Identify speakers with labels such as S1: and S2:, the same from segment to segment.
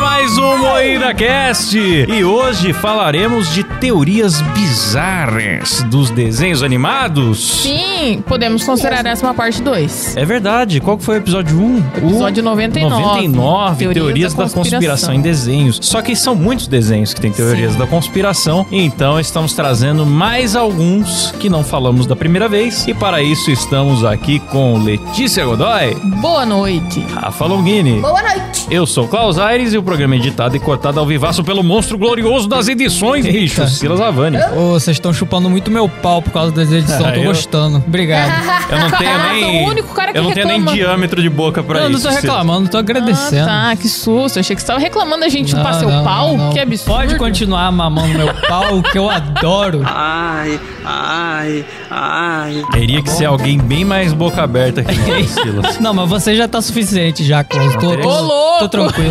S1: mais um Moída Cast e hoje falaremos de teorias bizarras dos desenhos animados.
S2: Sim, podemos considerar essa uma parte 2.
S1: É verdade. Qual que foi o episódio 1?
S2: Episódio 99.
S1: 99 teorias,
S2: Teorias
S1: da,
S2: da
S1: conspiração.
S2: conspiração
S1: em desenhos. Só que são muitos desenhos que têm teorias
S2: Sim.
S1: da conspiração, então estamos trazendo mais alguns que não falamos da primeira vez. E para isso estamos aqui com Letícia Godoy,
S2: Boa noite.
S1: Rafa Longini.
S3: Boa noite.
S1: Eu sou Klaus Aires e o programa é editado e cortado ao vivaço pelo monstro glorioso das edições, Richo Silas Avani.
S4: Ô, vocês estão chupando muito meu pau por causa das edições,
S1: Ah,
S4: tô
S1: eu-
S4: gostando. Obrigado.
S1: Eu não tenho
S2: Ah,
S1: nem.
S2: sou o único cara que
S1: eu não tenho nem
S2: reclama.
S1: diâmetro de boca pra
S4: não, não
S1: isso.
S4: tô
S1: Silas.
S4: reclamando, tô agradecendo.
S2: Ah, tá, que susto. Eu achei que você tava reclamando da gente
S4: Não,
S2: chupar seu
S4: não,
S2: pau.
S4: não, não.
S2: Que absurdo.
S4: Pode continuar mamando meu pau, que eu adoro.
S5: Ai, ai, ai.
S1: Teria que ser alguém bem mais boca aberta que nós, Silas.
S4: Não, mas você já tá suficiente já, Klaus. Tô, tô,
S2: Ô, louco!
S4: tô tranquilo.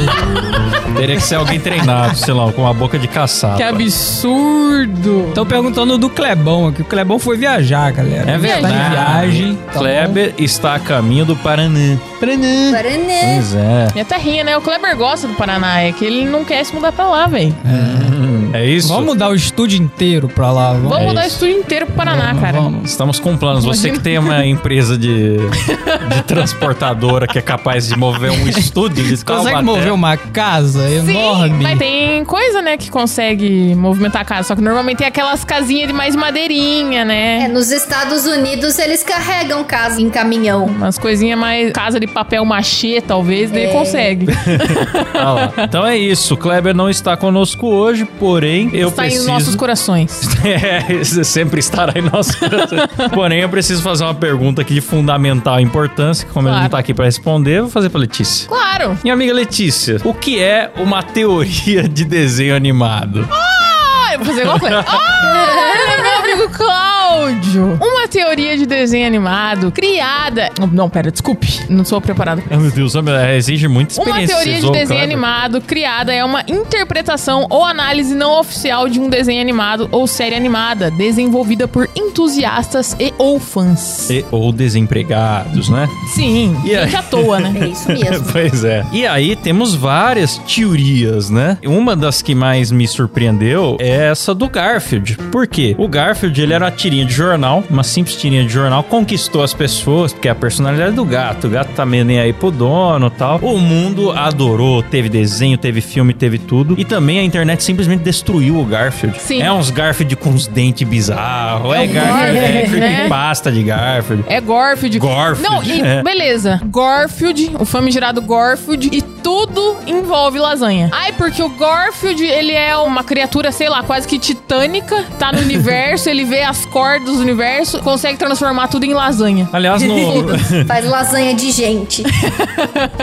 S1: Teria que ser alguém treinado, sei lá, com uma boca de caçapa.
S2: Que absurdo.
S4: Tô perguntando do Clebão aqui. O Clebão foi viajar, galera.
S1: É verdade.
S4: Tá em viagem. tá bom?
S1: Kleber está a caminho do Paranã. Paranã.
S3: Paraná.
S1: Pois é.
S2: Minha terrinha, né? O Kleber gosta do Paraná. É que ele não quer se mudar pra lá, velho.
S1: É isso?
S4: Vamos mudar o estúdio inteiro pra lá. Vamos.
S2: Vamos
S1: é
S2: mudar o
S1: isso.
S2: estúdio inteiro pro Paraná, cara.
S4: Vamos.
S1: Estamos com planos. Você que tem uma empresa de, de transportadora que é capaz de mover um estúdio de
S4: Consegue
S1: Taubaté.
S4: mover um- uma casa
S2: Sim,
S4: enorme?
S2: mas tem coisa, né, que consegue movimentar a casa. Só que normalmente tem aquelas casinhas de mais madeirinha, né?
S3: É, nos Estados Unidos eles carregam casa em caminhão.
S2: Umas coisinhas mais. Casa de papel machê, talvez, daí consegue.
S1: Ah lá. Então é isso. O Kleber não está conosco hoje, porém eu
S2: Está
S1: preciso.
S2: em nossos corações.
S1: É, sempre estará em nosso coração. Porém, eu preciso fazer uma pergunta aqui de fundamental importância, que como ele não
S2: Claro.
S1: está aqui para responder, eu vou fazer para Letícia.
S2: Claro!
S1: Minha amiga Letícia, o que é uma teoria de desenho animado?
S2: Ah, eu vou fazer igual coisa. Ah, meu amigo Cláudio! Uma teoria de desenho animado criada. Não, pera, desculpe. Não sou preparado pra
S1: Ah, meu Deus, sabe, é, exige muita
S2: Uma
S1: experiência.
S2: teoria de
S1: Zorro,
S2: desenho
S1: Kleber.
S2: animado criada é uma interpretação ou análise não oficial de um desenho animado ou série animada, desenvolvida por entusiastas e ou fãs.
S1: E- ou desempregados, né?
S2: Sim,
S1: E aí?
S2: gente à toa, né?
S3: É isso mesmo.
S1: pois é. E aí temos várias teorias, né? Uma das que mais me surpreendeu é essa do Garfield. Por quê? O Garfield, ele era uma tirinha de jornal, uma simples tirinha de jornal, conquistou as pessoas, porque é a personalidade do gato. O gato tá meio nem aí pro dono e tal. O mundo adorou, teve desenho, teve filme, teve tudo. E também a internet simplesmente destruiu o Garfield.
S2: Sim.
S1: É uns Garfield com uns dentes bizarros, é,
S2: É um
S1: Garfield, é,
S2: Garfield, né?
S1: creepypasta de Garfield.
S2: É Garfield.
S1: Garfield,
S2: Não, e
S1: é.
S2: beleza. Garfield, o famigerado Garfield, e tudo envolve lasanha. Ai, porque o Garfield, ele é uma criatura, sei lá, quase que titânica, tá no universo, ele vê as cordas do universo, consegue transformar tudo em lasanha.
S1: Aliás, no,
S3: Faz lasanha de gente.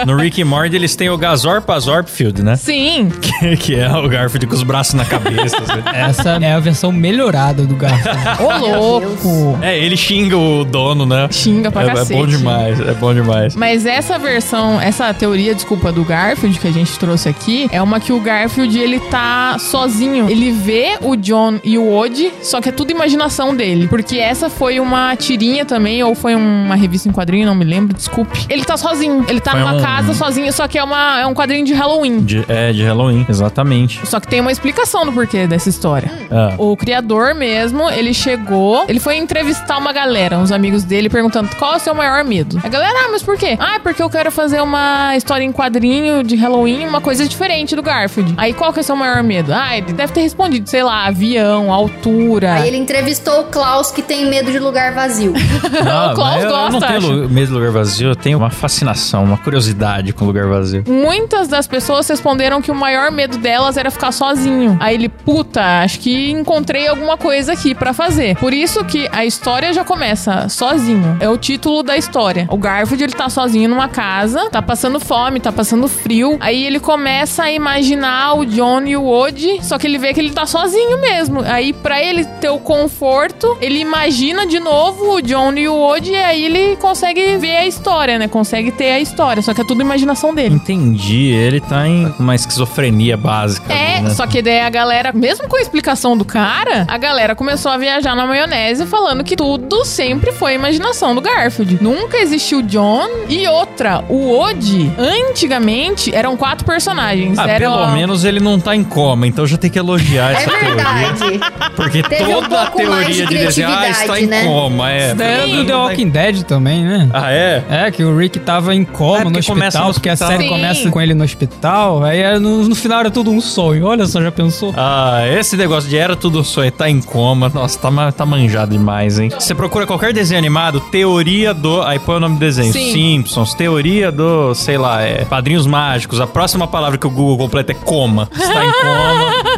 S1: No Rick e Morty eles têm o Gazorpazorpfield, né?
S2: Sim,
S1: que é o Garfield com os braços na cabeça. assim.
S4: Essa é a versão melhorada do Garfield.
S2: ô louco.
S1: É, ele xinga o dono, né?
S2: Xinga pra
S1: é,
S2: cacete.
S1: É bom demais, é bom demais.
S2: Mas essa versão, essa teoria, desculpa, do Garfield que a gente trouxe aqui, é uma que o Garfield, ele tá sozinho. Ele vê o John e o Woody, só que é tudo imaginação dele. Porque essa foi uma tirinha também, ou foi uma revista em quadrinho, não me lembro, desculpe. Ele tá sozinho. Ele tá
S1: Foi
S2: numa
S1: um-
S2: casa sozinho, só que é, uma, é um quadrinho de Halloween.
S1: De- é, de Halloween, exatamente.
S2: Só que tem uma explicação do porquê dessa história.
S1: Ah.
S2: O criador mesmo, ele chegou, ele foi entrevistar uma galera, uns amigos dele, perguntando qual é o seu maior medo. A galera, ah, mas por quê? Ah, porque eu quero fazer uma história em quadrinho de Halloween, uma coisa diferente do Garfield. Aí qual que é o seu maior medo? Ah, ele deve ter respondido, sei lá, avião, altura.
S3: Aí ele entrevistou o Klaus que tem medo de lugar vazio.
S1: Não,
S2: o Klaus
S1: mas eu, eu não
S2: gosta,
S1: tenho
S2: acho.
S1: lu- medo do lugar vazio, eu tenho uma fascinação, uma curiosidade com o lugar vazio.
S2: Muitas das pessoas responderam que o maior medo delas era ficar sozinho. Aí ele, puta, acho que encontrei alguma coisa aqui pra fazer. Por isso que a história já começa sozinho. É o título da história. O Garfield, ele tá sozinho numa casa, tá passando fome, tá passando frio. Aí ele começa a imaginar o John e o Woody, só que ele vê que ele tá sozinho mesmo. Aí pra ele ter o conforto, ele imagina de novo o John e o Woody e aí ele consegue ver a história, né? Consegue ter a história, só que é tudo imaginação dele.
S1: Entendi, ele tá em uma esquizofrenia básica. ali,
S2: É,
S1: né?
S2: só que daí a galera, mesmo com a explicação do cara, a galera começou a viajar na maionese falando que tudo sempre foi imaginação do Garfield. Nunca existiu John e outra, o Woody, antigamente eram quatro personagens.
S1: Ah,
S2: Era
S1: pelo
S2: a-
S1: menos ele não tá em coma, então eu já tem que elogiar
S3: É
S1: essa teoria. é
S3: verdade.
S1: Porque
S3: Teve um
S1: toda a
S3: pouco mais
S1: teoria
S3: de
S1: de desenho ah, está em
S3: criatividade, né?
S1: coma, é.
S4: Isso daí era
S1: Pelo
S4: do The
S1: menos-
S4: Walking Dead também, né?
S1: Ah, é?
S4: É, que o Rick tava em
S1: É,
S4: coma
S1: porque
S4: no
S1: começa no
S4: hospital, porque a
S1: hospital.
S4: série
S2: Sim.
S4: começa com ele no hospital, aí é, no, no final era tudo um sonho. Olha só, já pensou?
S1: Ah, esse negócio de era tudo sonho, tá em coma. Nossa, tá, ma- tá manjado demais, hein? Você procura qualquer desenho animado, teoria do. Aí põe o nome do desenho:
S2: Sim.
S1: Simpsons, teoria do, sei lá, é. Padrinhos Mágicos. A próxima palavra que o Google completa é coma. Está em coma.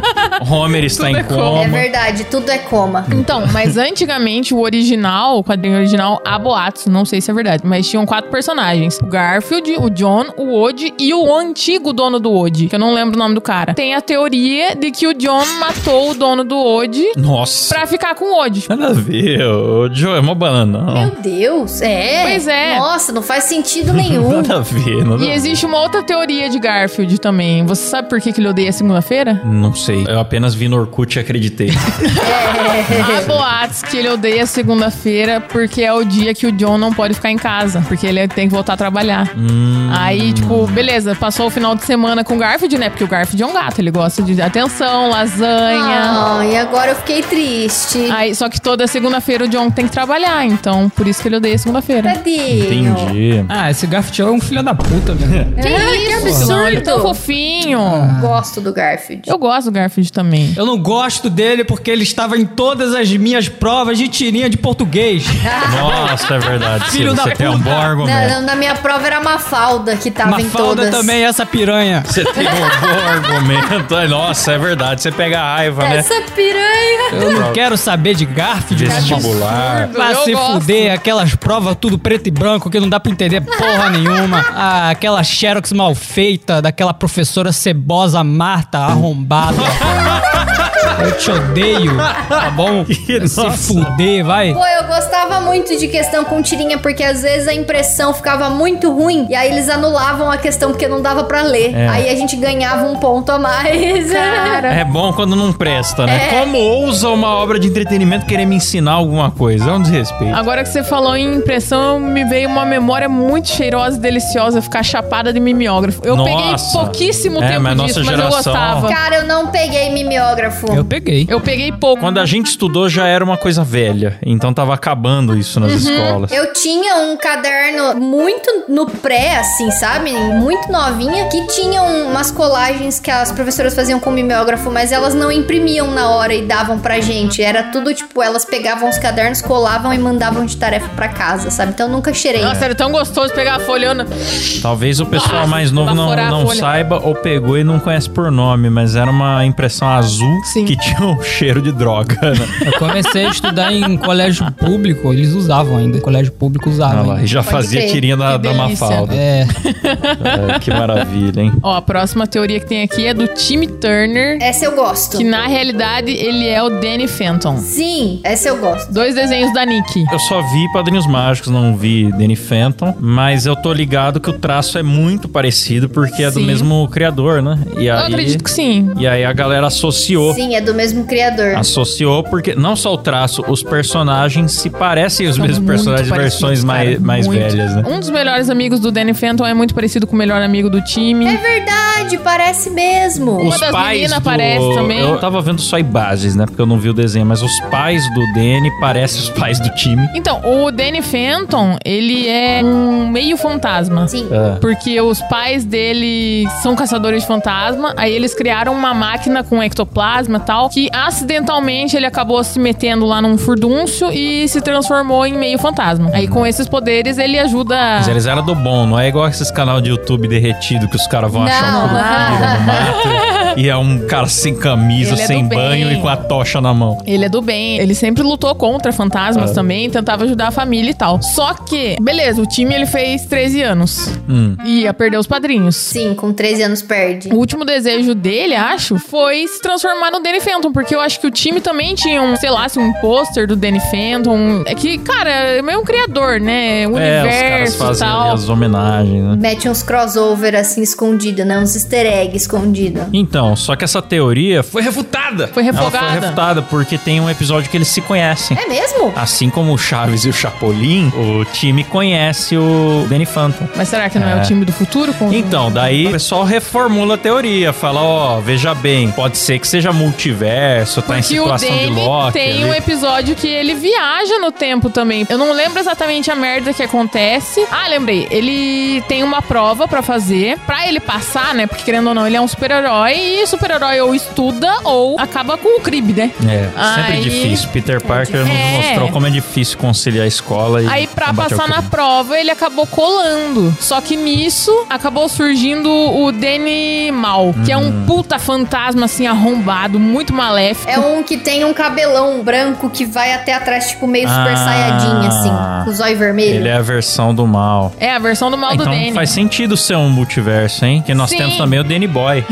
S1: Homer está
S2: Tudo
S1: em
S2: é coma.
S1: coma.
S3: É verdade, tudo é coma.
S2: Então, mas antigamente o original, o quadrinho original, há boatos, não sei se é verdade, mas tinham quatro personagens: o Garfield, o John, o Woody e o antigo dono do Woody, que eu não lembro o nome do cara. Tem a teoria de que o John matou o dono do Woody
S1: Nossa.
S2: pra ficar com o Woody.
S1: Nada a ver, o Joe é mó banana.
S3: Meu Deus, é.
S2: Pois é.
S3: Nossa, não faz sentido nenhum.
S1: Nada a ver, nada
S2: E
S1: a ver.
S2: existe uma outra teoria de Garfield também. Você sabe por que, que ele odeia segunda-feira?
S1: Não sei. Eu apenas vi no Orkut e acreditei.
S2: Há boatos que ele odeia segunda-feira porque é o dia que o John não pode ficar em casa, porque ele tem que voltar a trabalhar.
S1: Hum.
S2: Aí, tipo, beleza, passou o final de semana com o Garfield, né? Porque o Garfield é um gato, ele gosta de atenção, lasanha.
S3: Ah, e agora eu fiquei triste.
S2: Aí, só que toda segunda-feira o John tem que trabalhar, então por isso que ele odeia segunda-feira.
S3: Tadinho.
S1: Entendi.
S4: Ah, esse Garfield é um filho da puta mesmo.
S3: É, Que
S2: Não, ele é tão
S3: absurdo.
S2: fofinho.
S3: Gosto do Garfield.
S2: Eu gosto do Garfield também.
S4: Eu não gosto dele porque ele estava em todas as minhas provas de tirinha de português.
S2: Ah.
S1: Nossa, é verdade.
S4: Filho
S1: Ciro,
S4: da
S1: você tem um bom
S4: puta.
S1: argumento.
S3: Na, na- na minha prova era a Mafalda que tava em
S4: Mafalda
S3: todas.
S4: também, essa piranha.
S1: Você tem um bom argumento. Ai, Nossa, é verdade. Você pega a raiva,
S2: É,
S1: né?
S3: Essa piranha.
S4: Eu não quero saber de Garfield.
S1: tipo. Vestibular.
S4: Pra
S2: Eu
S4: se
S2: gosto.
S4: fuder, aquelas provas tudo preto e branco que não dá pra entender porra nenhuma. Ah, aquela Xerox mal feita daquela professora cebosa Marta arrombada. Eu te odeio, tá bom?
S1: Que nossa.
S4: Se fuder, vai.
S3: Pô, eu gostava muito de questão com tirinha, porque às vezes a impressão ficava muito ruim e aí eles anulavam a questão porque não dava pra ler.
S1: É.
S3: Aí a gente ganhava um ponto a mais.
S2: Cara.
S1: É bom quando não presta, né?
S2: É.
S1: Como ousa uma obra de entretenimento querer me ensinar alguma coisa? É um desrespeito.
S2: Agora que você falou em impressão, me veio uma memória muito cheirosa e deliciosa, ficar chapada de mimeógrafo. Eu
S1: Nossa.
S2: peguei pouquíssimo
S1: É,
S2: tempo
S1: mas nossa
S2: disso, mas eu
S1: geração-
S2: gostava.
S3: Cara, eu não peguei mimeógrafo.
S4: Eu peguei.
S2: Eu peguei pouco.
S1: Quando a gente estudou já era uma coisa velha, então tava acabando isso
S2: Uhum.
S1: nas escolas.
S3: Eu tinha um caderno muito no pré, assim, sabe? Muito novinha, que tinha um- umas colagens que as professoras faziam com mimeógrafo, mas elas não imprimiam na hora e davam pra gente. Era tudo tipo, elas pegavam os cadernos, colavam e mandavam de tarefa pra casa, sabe? Então eu nunca cheirei.
S2: Nossa, era tão gostoso pegar a folha. eu não-
S1: Talvez o pessoal
S2: Nossa,
S1: mais novo não,
S2: baforar a
S1: não
S2: folha.
S1: saiba ou pegou e não conhece por nome, mas era uma impressão azul
S2: Sim.
S1: que tinha um cheiro de droga. Né?
S4: Eu comecei a estudar em colégio público, eles usavam ainda. Colégio público
S1: Olha
S4: usava.
S1: lá, e
S4: ainda.
S1: já
S3: Pode
S1: fazia
S3: crer.
S1: tirinha da, da
S2: Que delícia.
S1: Mafalda.
S4: É,
S1: É, que maravilha, hein?
S2: Ó, a próxima teoria que tem aqui é do Timmy Turner,
S3: Essa eu gosto.
S2: que na realidade ele é o Danny Fenton.
S3: Sim, essa eu gosto.
S2: Dois desenhos da Nick.
S1: Eu só vi Padrinhos Mágicos, não vi Danny Fenton, mas eu tô ligado que o traço é muito parecido porque é do
S2: Sim.
S1: mesmo criador, né? E
S2: Eu
S1: aí,
S2: acredito que sim.
S1: E aí a galera associou.
S3: Sim, é do mesmo criador.
S1: Associou porque não só o traço, os personagens se parecem os
S2: São
S1: mesmos
S2: muito
S1: personagens de
S2: parecidos,
S1: versões mais,
S2: cara,
S1: mais
S2: muito.
S1: velhas, né?
S2: Um dos melhores amigos do Danny Fenton é muito parecido com o melhor amigo do time.
S3: É verdade, parece mesmo.
S2: Uma das meninas parece também.
S1: Eu tava vendo só imagens, né? Porque eu não vi o desenho, mas os pais do Danny parecem os pais do time.
S2: Então, o Danny Fenton, ele é um meio fantasma.
S3: Sim.
S1: É.
S2: Porque os pais dele são caçadores de fantasma, aí eles criaram uma máquina com ectoplasma e tal, que acidentalmente ele acabou se metendo lá num furdúncio e se transformou em meio fantasma. Aí com esses poderes ele ajuda.
S1: Mas eles eram do bom, não é igual esses canal de YouTube derretido que os caras vão achar um
S3: Não.
S1: corpinho no mato E é um cara sem camisa,
S2: Ele é
S1: sem
S2: do bem.
S1: banho e com a tocha na mão.
S2: Ele é do bem, ele sempre lutou contra fantasmas também, tentava ajudar a família e tal. Só que, beleza, o time ele fez 13 anos.
S1: Hum.
S2: E ia perder os padrinhos.
S3: Sim, com 13 anos perde.
S2: O último desejo dele, acho, foi se transformar no Danny Phantom, porque eu acho que o time também tinha um, sei lá, assim, um pôster do Danny Phantom. um- É que, cara, é meio um criador, né? O
S1: É, os caras
S2: universo e
S1: fazem ali
S2: tal.
S1: as homenagens, né?
S3: Mete uns crossover assim escondido, né? Uns easter egg escondido.
S1: Então, só que essa teoria foi refutada.
S2: Foi
S1: Ela foi
S2: refogada.
S1: refutada porque tem um episódio que eles se conhecem.
S3: É mesmo?
S1: Assim como o Chaves e o Chapolin, o time conhece o Danny Phantom.
S2: Mas será que não é, o time do futuro? Com...
S1: Então, daí o pessoal reformula a teoria, fala, ó, veja bem, pode ser que seja multiverso, tá em
S2: Porque o
S1: situação de
S2: Danny
S1: Loki.
S2: tem um
S1: ali.
S2: episódio que ele viaja no tempo também. Eu não lembro exatamente a merda que acontece. Ah, lembrei. Ele tem uma prova pra fazer. Pra ele passar, né? Porque querendo ou não, ele é um super-herói. E super-herói ou estuda ou acaba com o crime, né?
S1: É, sempre
S2: Aí-
S1: difícil. Peter Parker nos
S2: É.
S1: mostrou como é difícil conciliar a escola e
S2: Aí, pra
S1: combater o
S2: passar na
S1: crime.
S2: prova, ele acabou colando. Só que nisso, acabou surgindo o Danny Mal, que é
S1: Hum.
S2: um puta fantasma, assim, arrombado, muito maléfico.
S3: É um que tem um cabelão branco que vai até atrás, tipo, meio super
S1: Ah.
S3: saiyajin, assim. Com o zóio vermelho.
S1: Ele é a versão do mal.
S2: É, a versão do mal do
S1: então
S2: Danny.
S1: faz sentido ser um multiverso, hein? Que nós
S2: Sim.
S1: temos também o Danny Boy.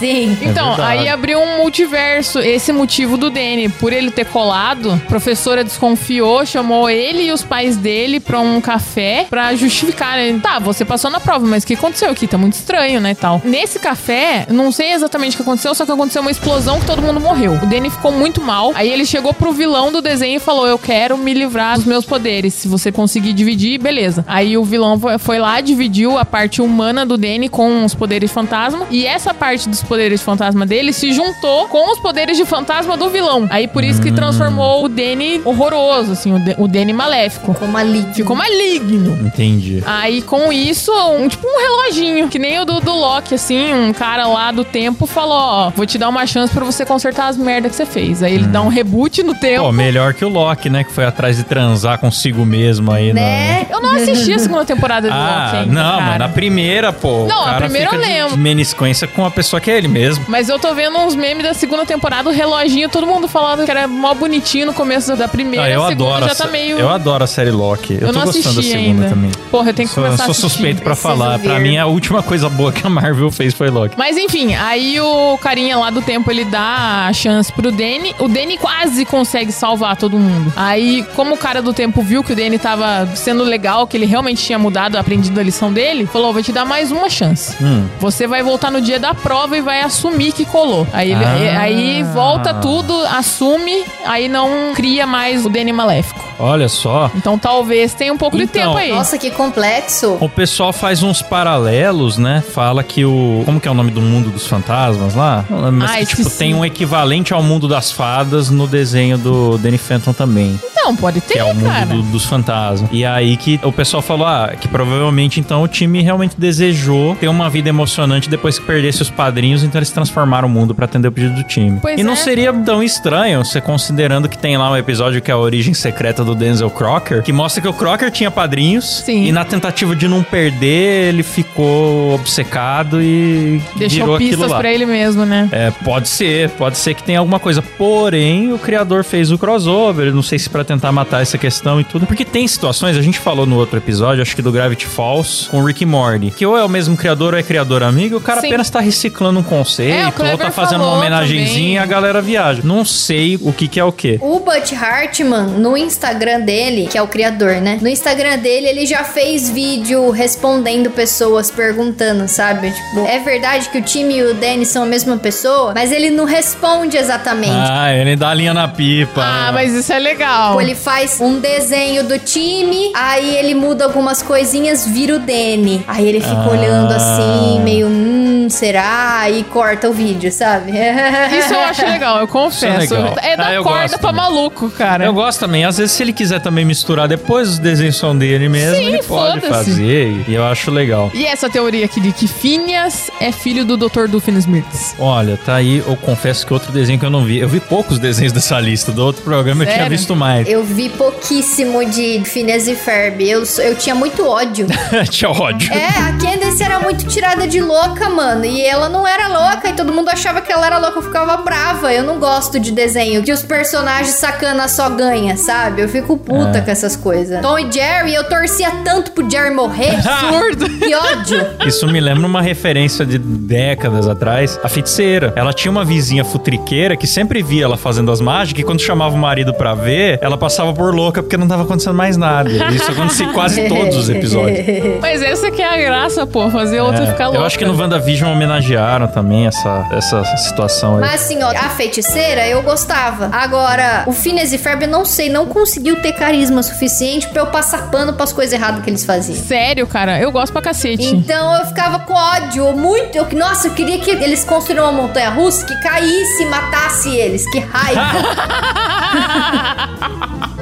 S3: Sim.
S1: É
S2: Então,
S1: verdade.
S2: aí abriu um multiverso. Esse motivo do Danny, por ele ter colado, a professora desconfiou, chamou ele e os pais dele pra um café pra justificar. né? Tá, você passou na prova, mas o que aconteceu aqui? Tá muito estranho, né, e tal. Nesse café, não sei exatamente o que aconteceu, só que aconteceu uma explosão que todo mundo morreu. O Danny ficou muito mal. Aí ele chegou pro vilão do desenho e falou: "Eu quero me livrar dos meus poderes. Se você conseguir dividir, beleza". Aí o vilão foi- foi lá, dividiu a parte humana do Danny com os poderes fantasma. E essa parte dos poderes fantasma dele se juntou com os poderes de fantasma do vilão. Aí por isso que transformou o Danny horroroso, assim, o, D- o Danny maléfico.
S3: Ficou maligno.
S2: Ficou maligno.
S1: Entendi.
S2: Aí com isso, um tipo um reloginho, que nem o do, do Loki, assim, um cara lá do tempo falou: Ó, vou te dar uma chance pra você consertar as merdas que você fez. Aí ele dá um reboot no tempo.
S1: Pô, melhor que o Loki, né? Que foi atrás de transar consigo mesmo aí na-
S3: Né?
S2: Eu não assisti a segunda temporada do Loki
S1: Ah,
S2: ainda.
S1: não,
S2: cara.
S1: mas na primeira, pô. o
S2: Não, a
S1: cara
S2: primeira
S1: fica
S2: eu
S1: de-
S2: lembro.
S1: De menisquência com a pessoa que é ele mesmo.
S2: Mas eu tô vendo uns memes da segunda temporada, o reloginho, todo mundo falando que era mó bonitinho no começo da primeira,
S1: Ah, eu
S2: a segunda
S1: adoro.
S2: já
S1: a
S2: tá
S1: sé-
S2: meio.
S1: Eu adoro a série Loki. Eu,
S2: Eu
S1: tô
S2: não
S1: gostando da
S2: assisti
S1: segunda
S2: ainda.
S1: também.
S2: Porra, eu tenho que
S1: sou,
S2: começar a
S1: sou
S2: assistir.
S1: suspeito pra
S3: preciso
S1: falar. Pra
S3: ver.
S1: mim, a última coisa boa que a Marvel fez foi Loki.
S2: Mas enfim, aí o carinha lá do tempo ele dá a chance pro Danny. O Danny quase consegue salvar todo mundo. Aí, como o cara do tempo viu que o Danny tava sendo legal, que ele realmente tinha mudado, aprendido a lição dele, falou: vou te dar mais uma chance.
S1: Hum.
S2: Você vai voltar no dia da prova e vai assumir que colou. Aí, ele-
S1: Ah.
S2: aí volta tudo, assume, aí não cria mais o Danny maléfico.
S1: Olha só.
S2: Então talvez tenha um pouco de
S1: Então,
S2: tempo aí.
S3: Nossa, que complexo.
S1: O pessoal faz uns paralelos, né? Fala que o. Como que é o nome do mundo dos fantasmas lá? Não lembro, Mas
S2: Ah,
S1: que, tipo,
S2: esqueci.
S1: tem um equivalente ao mundo das fadas no desenho do Danny Phantom também.
S2: Então, pode ter,
S1: que é o
S2: cara.
S1: mundo do- dos fantasmas. E aí que o pessoal falou, ah, que provavelmente então o time realmente desejou ter uma vida emocionante depois que perdesse os padrinhos, então eles transformaram o mundo pra atender o pedido do time.
S2: Pois
S1: e não
S2: é.
S1: seria tão estranho você considerando que tem lá um episódio que é a origem secreta do Denzel Crocker, que mostra que o Crocker tinha padrinhos
S2: Sim.
S1: e na tentativa de não perder, ele ficou obcecado e virou
S2: Deixou
S1: aquilo
S2: pistas
S1: lá.
S2: pra ele mesmo, né?
S1: É, pode ser, pode ser que tenha alguma coisa. Porém, o criador fez o crossover, não sei se pra tentar matar essa questão e tudo. Porque tem situações, a gente falou no outro episódio, acho que do Gravity Falls, com o Rick e Morty, que ou é o mesmo criador ou é criador amigo, e o cara
S2: Sim.
S1: apenas tá reciclando um conceito,
S2: É, o
S1: ou
S2: Kleber
S1: tá fazendo uma
S2: falou
S1: homenagenzinha e
S2: também.
S1: a galera viaja. Não sei o que que é o que.
S3: O Butch Hartman, no Instagram dele, que é o criador, né? No Instagram dele, ele já fez vídeo respondendo pessoas, perguntando, sabe? Tipo, é verdade que o time e o Danny são a mesma pessoa, mas ele não responde exatamente.
S1: Ah, ele dá a linha na pipa.
S2: Ah,
S1: né?
S2: mas isso é legal.
S3: Tipo, ele faz um desenho do time, aí ele muda algumas coisinhas, vira o Danny. Aí ele fica
S1: Ah.
S3: olhando assim, meio, hum, será? E corta o vídeo, sabe?
S2: Isso
S1: é
S2: eu acho legal, eu confesso.
S1: Isso é legal.
S2: É da
S1: Ah, eu
S2: corda
S1: gosto
S2: pra
S1: também.
S2: maluco, cara.
S1: É. Eu gosto também. Às vezes, se ele quiser também misturar depois os desenhos são dele mesmo,
S2: Sim,
S1: ele pode
S2: foda-se.
S1: fazer. E eu acho legal.
S2: E essa teoria aqui de que Phineas é filho do Dr. Doofenshmirtz.
S1: Olha, tá aí, eu confesso que outro desenho que eu não vi. Eu vi poucos desenhos dessa lista, do outro programa eu tinha
S2: Sério?
S1: visto mais.
S3: Eu vi pouquíssimo de Phineas e Ferb. Eu, sou- eu tinha muito ódio.
S1: tinha ódio.
S3: É, a Candace era muito tirada de louca, mano. E ela não era louca, louca e todo mundo achava que ela era louca, eu ficava brava. Eu não gosto de desenho que os personagens sacana só ganha, sabe? Eu fico puta
S1: É.
S3: com essas coisas. Tom e Jerry, eu torcia tanto pro Jerry morrer.
S1: Ah,
S2: Absurdo.
S3: que ódio.
S2: É.
S1: Isso me lembra uma referência de décadas atrás, a feiticeira. Ela tinha uma vizinha futriqueira que sempre via ela fazendo as mágicas e quando chamava o marido pra ver, ela passava por louca porque não tava acontecendo mais nada. Isso acontecia em quase todos os episódios.
S2: Mas essa que é a graça, pô, fazer outro
S1: É,
S2: ficar louco. né?
S1: eu acho que no WandaVision homenagearam também essa, essa situação aí.
S3: Mas assim, ó, a feiticeira eu gostava. Agora, o Phineas e Ferb, eu não sei, não conseguiu ter carisma suficiente pra eu passar pano pras coisas erradas que eles faziam.
S2: Sério, cara, eu gosto pra cacete.
S3: Então eu ficava com ódio, muito. eu- nossa, eu queria que eles construíram uma montanha russa que caísse e matasse eles. Que raiva.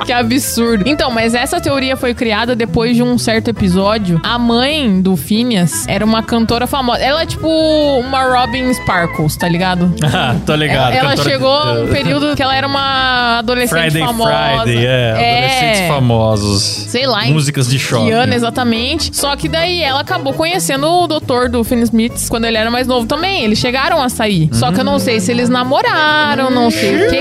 S2: Que absurdo. Então, mas essa teoria foi criada depois de um certo episódio. A mãe do Phineas era uma cantora famosa. Ela é tipo uma Robin Sparkles, tá ligado?
S1: Ah, tô ligado.
S2: ela
S1: cantora-
S2: chegou num período que ela era uma adolescente
S1: Friday,
S2: famosa.
S1: Friday, é. Adolescentes famosos.
S2: Sei lá, hein?
S1: Músicas de shopping.
S2: Que ano exatamente. Só que daí ela acabou conhecendo o doutor do Finn Smith quando ele era mais novo também. Eles chegaram a sair. Só que eu não sei se eles namoraram, não sei o que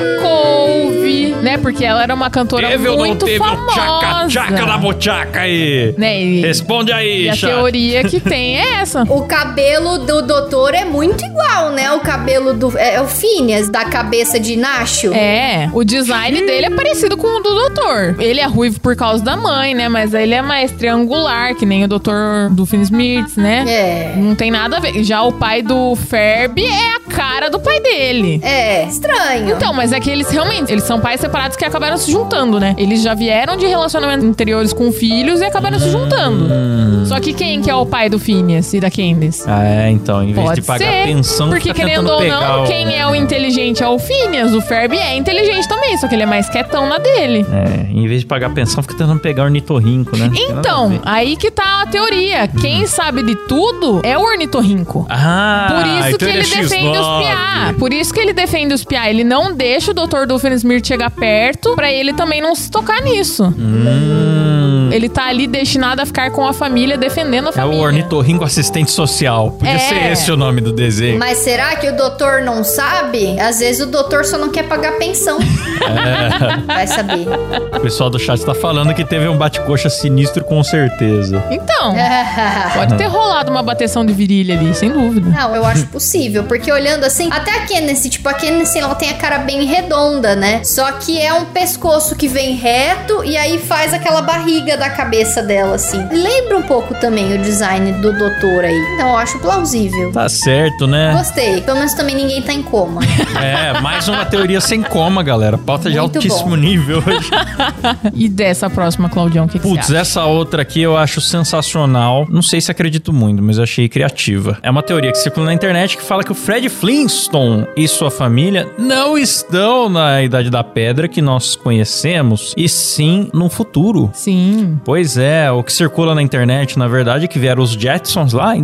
S2: couve, né? Porque ela era uma cantora
S1: Teve ou não
S2: muito
S1: teve um tchaca,
S2: famosa.
S1: tchaca na bochaca aí?
S2: né? E,
S1: Responde aí,
S2: e a
S1: chat.
S2: teoria que tem é essa.
S3: o cabelo do doutor é muito igual, né? O cabelo do. É, é o Phineas, da cabeça de Nacho.
S2: É, o design dele é parecido com o do doutor. Ele é ruivo por causa da mãe, né? Mas ele é mais triangular, que nem o doutor do Finn Smith, né?
S3: É.
S2: Não tem nada a ver. Já o pai do Ferb é a cara do pai dele.
S3: É, estranho.
S2: Então, mas é que eles realmente, eles são pais separados que acabaram se juntando, né? Eles já vieram de relacionamentos anteriores com filhos e acabaram se juntando.
S1: Hum.
S2: Só que quem que é o pai do Phineas e da Candace?
S1: Ah, é, então, em vez
S2: Pode
S1: de pagar
S2: ser,
S1: pensão,
S2: porque
S1: fica
S2: querendo
S1: tentando
S2: ou
S1: pegar
S2: não,
S1: o-
S2: quem é o inteligente é o Phineas, o Ferb é inteligente também, só que ele é mais quietão na dele.
S1: É, em vez de pagar pensão, fica tentando pegar o ornitorrinco, né? Não tem nada a
S2: Então,
S1: ver.
S2: aí que tá a teoria. Quem sabe de tudo é o ornitorrinco.
S1: Ah,
S2: Por isso
S1: então
S2: que ele,
S1: é
S2: defende os
S1: X9.
S2: piá. Por isso que ele defende os piá. Ele não deixa o Dr. Doofenshmirtz chegar perto pra ele também não se tocar nisso.
S1: Hum,
S2: Ele tá ali destinado a ficar com a família, defendendo a
S1: é o
S2: família.
S1: ornitorrinco assistente social. Podia
S2: É.
S1: ser esse o nome do desenho.
S3: Mas será que o doutor não sabe? Às vezes o doutor só não quer pagar pensão. Vai saber.
S1: O pessoal do chat tá falando que teve um bate-coxa sinistro com certeza.
S2: Então,
S3: É.
S2: pode ter rolado uma bateção de virilha ali, sem dúvida.
S3: Não, eu acho possível, porque olhando assim, até a Kennedy, tipo, a Kennedy ela tem a cara bem redonda, né? Só que é um pescoço que vem reto e aí faz aquela barriga da cabeça dela, assim. Lembra um pouco também o design do doutor aí. Então eu acho plausível.
S1: Tá certo, né?
S3: Gostei. Pelo menos também ninguém tá em coma.
S1: É, mais uma teoria sem coma, galera. Pauta de
S3: Muito
S1: altíssimo
S3: bom. Tá
S1: nível hoje.
S2: E dessa próxima, Claudião, o que, que
S1: Putz, é.
S2: você acha?
S1: essa outra aqui eu acho sensacional. Não sei se acredito muito, mas eu achei criativa. É uma teoria que circula na internet que fala que o Fred Flintstone e sua família não estão na Idade da Pedra que nós conhecemos, e sim no futuro.
S2: Sim.
S1: Pois é, o que circula na internet, na verdade, é que vieram os Jetsons lá em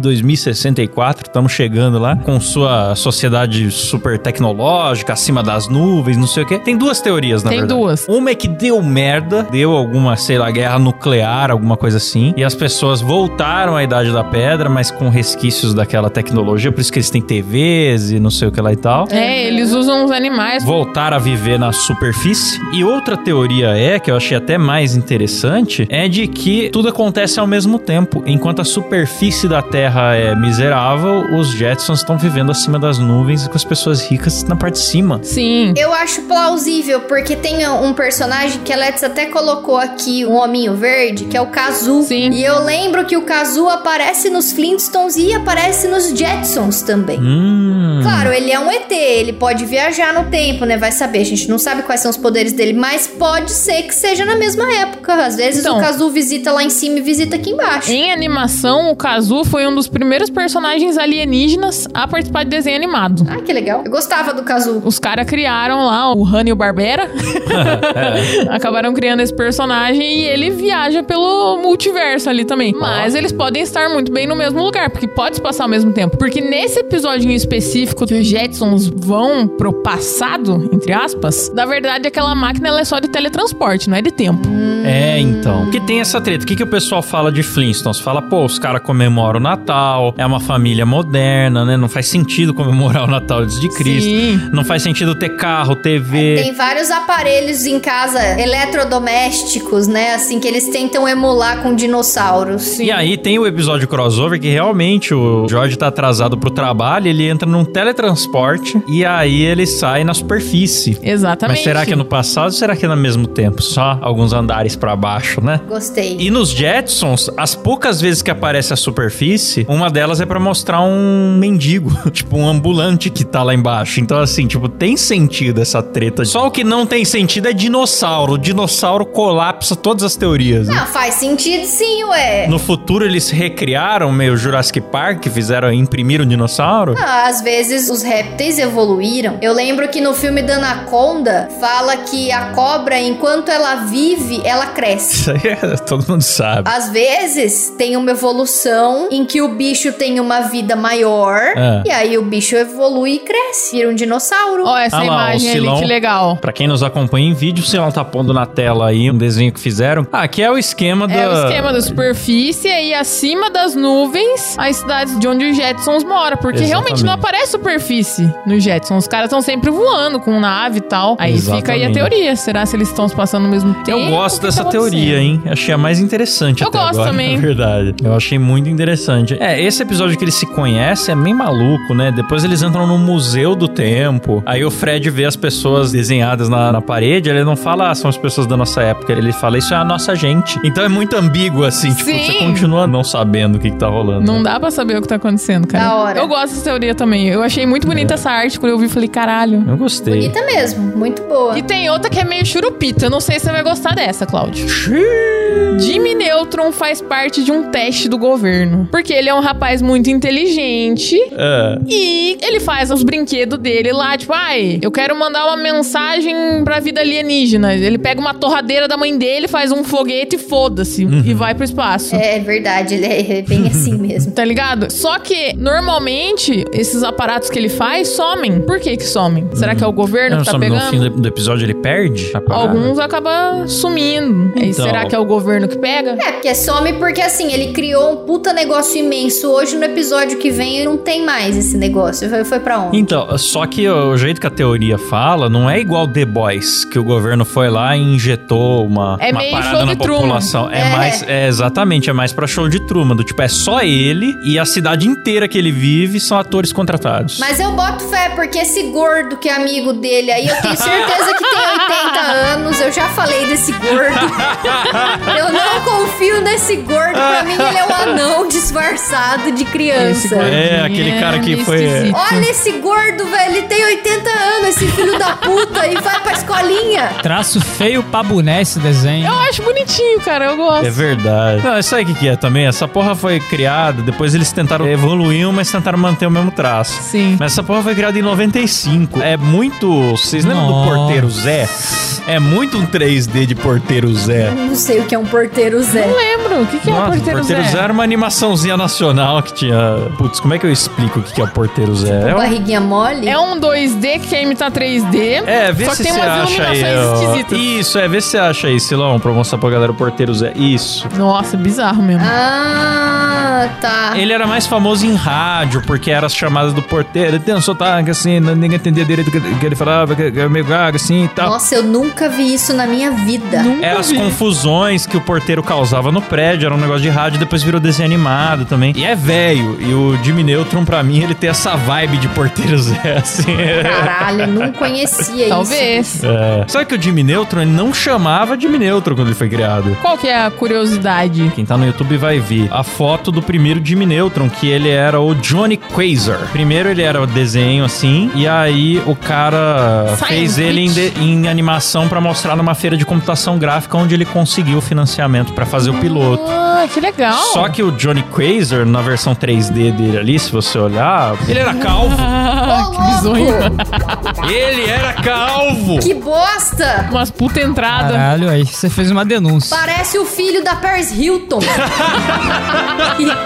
S1: 2064, estamos chegando lá, com sua sociedade super tecnológica, acima das nuvens, não sei o quê. Tem duas teorias, na
S2: Tem
S1: verdade.
S2: duas.
S1: Uma é que deu merda, deu alguma, sei lá, guerra nuclear, alguma coisa assim, e as pessoas voltaram à Idade da Pedra, mas com resquícios daquela tecnologia, por isso que eles têm TVs e não sei o que lá e tal
S2: É, eles usam os animais.
S1: voltar a viver na superfície. E outra teoria é, que eu achei até mais interessante, é de que tudo acontece ao mesmo tempo. Enquanto a superfície da Terra é miserável, os Jetsons estão vivendo acima das nuvens e com as pessoas ricas na parte de cima.
S2: Sim.
S3: Eu acho plausível, porque tem um personagem que a Let's até colocou aqui, um hominho verde, que é o Kazu.
S2: Sim.
S3: E eu lembro que o Kazu aparece nos Flintstones e aparece nos Jetsons também.
S1: Hum.
S3: Claro, ele é um ET, ele pode viajar no tempo, né? Vai saber, a gente não sabe quais são os poderes dele, mas pode ser que seja na mesma época. Às vezes
S2: Então.
S3: o Kazu visita lá em cima e visita aqui embaixo.
S2: Em animação, o Kazu foi um dos primeiros personagens alienígenas a participar de desenho animado.
S3: Ah, que legal. Eu gostava do Kazu.
S2: Os caras criaram lá o Honey e o Barbera. Acabaram criando esse personagem e ele viaja pelo multiverso ali também. Mas eles podem estar muito bem no mesmo lugar, porque pode se passar ao mesmo tempo. Porque nesse episódio em específico que a os Jetsons vão pro passado, entre aspas, na verdade aquela máquina ela é só de teletransporte, não é de tempo.
S1: É, então. Porque tem essa treta. O que, que o pessoal fala de Flintstones? Fala, pô, os caras comemoram o Natal, é uma família moderna, né? Não faz sentido comemorar o Natal antes de Cristo.
S2: Sim.
S1: Não faz sentido ter carro, TV.
S3: É, Tem vários aparelhos em casa, eletrodomésticos, né? Assim, que eles tentam emular com dinossauros.
S1: E aí tem o episódio crossover que realmente o George tá atrasado pro trabalho, ele entra num teletransporte e aí ele sai na superfície.
S2: Exatamente.
S1: Mas será que é no passado ou será que é no mesmo tempo? Só alguns andares pra baixo, né?
S3: Gostei.
S1: E nos Jetsons, as poucas vezes que aparece a superfície, uma delas é pra mostrar um mendigo, tipo um ambulante que tá lá embaixo. Então assim, tipo, tem sentido essa treta. Só o que não tem sentido é dinossauro. O dinossauro colapsa todas as teorias. né?
S3: Ah, faz sentido sim, ué.
S1: No futuro eles recriaram meio Jurassic Park, fizeram imprimir um dinossauro.
S3: Ah, Às vezes os répteis evoluíram. Eu lembro que no filme da Anaconda fala que a cobra, enquanto ela vive, ela cresce.
S1: Isso aí é- todo mundo sabe.
S3: Às vezes tem uma evolução em que o bicho tem uma vida maior
S1: É.
S3: e aí o bicho evolui e cresce, vira um dinossauro.
S2: Ó, essa
S1: Ah lá, o
S2: imagem
S1: Silão.
S2: ali, que legal.
S1: Pra quem nos acompanha em vídeo, se ela tá pondo na tela aí um desenho que fizeram. Ah, aqui é o esquema da.
S2: É o esquema da superfície e acima das nuvens as cidades de onde os Jetsons moram. Porque realmente
S1: Exatamente.
S2: não aparece superfície no Jetsons. Os caras estão sempre voando com nave e tal. Aí fica aí a
S1: Exatamente.
S2: teoria. Será se eles estão se passando no mesmo tempo?
S1: Eu gosto
S2: O que
S1: dessa
S2: tá
S1: teoria, hein? Achei a mais interessante.
S2: Eu
S1: até
S2: gosto
S1: agora,
S2: também.
S1: Na verdade. Eu achei muito interessante. É, esse episódio que eles se conhecem é meio maluco, né? Depois eles entram no Museu do Tempo. Aí o Fred vê as pessoas desenhadas na, na parede. Ele não fala, ah, são as pessoas da nossa época. Ele fala, isso é a nossa gente. Então é muito ambíguo, assim. Tipo,
S2: Sim.
S1: você continua não sabendo o que, que tá rolando.
S2: Não dá pra saber o que tá acontecendo, cara.
S3: Da hora.
S2: Eu gosto dessa teoria também. Eu achei muito
S1: É.
S2: bonita essa arte. Quando eu vi, eu falei, caralho.
S1: Eu gostei.
S3: Bonita mesmo, muito boa.
S2: E tem outra que é meio churupita. Eu não sei se você vai gostar dessa, Cláudio. Jimmy Neutron faz parte de um teste do governo. Porque ele é um rapaz muito inteligente.
S1: É.
S2: E ele faz os brinquedos dele lá, tipo, ai, eu quero mandar uma mensagem pra vida alienígena. Ele pega uma torradeira da mãe dele, faz um foguete e foda-se.
S1: Uhum.
S2: E vai pro espaço.
S3: É verdade, ele é bem assim mesmo.
S2: Tá ligado? Só que, normalmente, esses aparatos que ele faz somem. Por que que somem? Será que é o governo
S1: Não,
S2: que tá
S1: só Uhum. no fim
S2: pegando?
S1: do, do episódio ele perde? a parada?
S2: Alguns acaba sumindo. E
S1: Então.
S2: será que é o governo que pega?
S3: É, porque some porque assim, ele criou um puta negócio imenso. Hoje no episódio que vem não tem mais esse negócio. Foi, foi pra onde?
S1: Então, só que o jeito que a teoria fala não é igual The Boys, que o governo foi lá e injetou uma,
S2: É
S1: uma
S2: meio
S1: parada
S2: show
S1: na
S2: de Truman.
S1: população. É,
S3: É.
S1: mais, é exatamente, é mais pra show de Truman, do tipo é só ele e a cidade inteira que ele vive são atores contratados.
S3: Mas eu boto fé, porque esse gordo que é amigo dele aí, eu tenho certeza que tem 80 anos. Eu já falei desse gordo. Eu não confio nesse gordo. Pra mim, ele é um anão disfarçado de
S2: Esse
S3: criança.
S2: gordo.
S1: É, aquele cara que
S2: meio
S1: foi-
S2: esquisito.
S3: Olha esse gordo, velho. Ele tem 80 anos, esse filho da puta, e vai pra escolinha.
S4: Traço feio pra boné esse desenho.
S2: Eu acho bonitinho, cara. Eu
S1: É
S2: gosto.
S1: verdade. Não, sabe o que, que é também? Essa porra foi criada, depois eles tentaram evoluir, mas tentaram manter o mesmo traço.
S2: Sim.
S1: Mas essa porra foi criada em 95. É muito. Vocês lembram do
S4: Nossa.
S1: Porteiro Zé? É muito um 3D de Porteiro Zé.
S3: Eu não sei o que é um porteiro Zé.
S2: Não lembro. O que, que é o
S1: Nossa,
S2: Porteiro, Zé?
S1: Zé era uma animaçãozinha nacional que tinha. Putz, como é que eu explico o que que é o Porteiro Zé? É, um-
S3: Barriguinha mole?
S2: É um 2D que quer imitar 3D.
S1: é vê
S2: só
S1: se
S2: que tem
S1: você
S2: umas
S1: acha aí.
S2: iluminações
S1: ó.
S2: esquisitas.
S1: Isso, é, vê se você acha aí, Silão, pra mostrar pra galera o Porteiro Zé. Isso.
S2: Nossa, bizarro mesmo.
S3: Ah, tá.
S1: Ele era mais famoso em rádio, porque era as chamadas do porteiro. Ele tem um sotaque assim, não- ninguém entendia direito o que o que ele falava, que era meio gago assim e tal.
S3: Nossa, eu nunca vi isso na minha vida.
S2: Nunca
S1: É as
S2: vi.
S1: confusões que o porteiro causava no prédio, era um negócio de rádio, depois virou desenho animado também. E é velho, e o Jimmy Neutron, pra mim, ele tem essa vibe de porteiro Zé, assim.
S3: Caralho, eu não conhecia isso.
S2: Talvez.
S1: É. Sabe que o Jimmy Neutron, ele não chamava Jimmy Neutron quando ele foi criado.
S2: Qual que é a curiosidade?
S1: Quem tá no YouTube vai ver a foto do primeiro Jimmy Neutron, que ele era o Johnny Quasar. Primeiro ele era o desenho assim, e aí o cara
S2: Science
S1: fez ele em, de-
S2: Beach.
S1: em animação pra mostrar numa feira de computação gráfica onde ele conseguiu o financiamento pra fazer o piloto. garoto.
S2: Ah, que legal.
S1: Só que o Johnny Quasar, na versão 3D dele ali, se você olhar, ele era calvo.
S2: Ah, que bizonho.
S1: Ele era calvo!
S3: Que bosta!
S2: Umas puta entrada.
S4: Caralho, aí você fez uma denúncia.
S3: Parece o filho da Paris Hilton.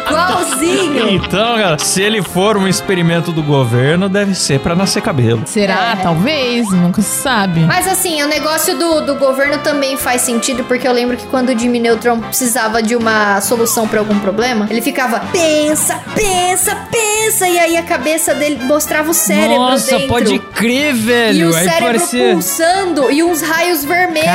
S3: Igualzinho.
S1: Então, cara, se ele for um experimento do governo, deve ser pra nascer cabelo.
S2: Será?
S3: É.
S2: Ah, Talvez, nunca se sabe.
S3: Mas assim, o negócio do, do governo também faz sentido, porque eu lembro que quando o Jimmy Neutron precisava de uma solução pra algum problema, ele ficava pensa, pensa, pensa, e aí a cabeça dele mostrava o cérebro
S4: Nossa,
S3: dentro.
S4: pode crer, velho.
S3: E o
S4: aí
S3: cérebro
S4: parecia...
S3: pulsando e uns raios vermelhos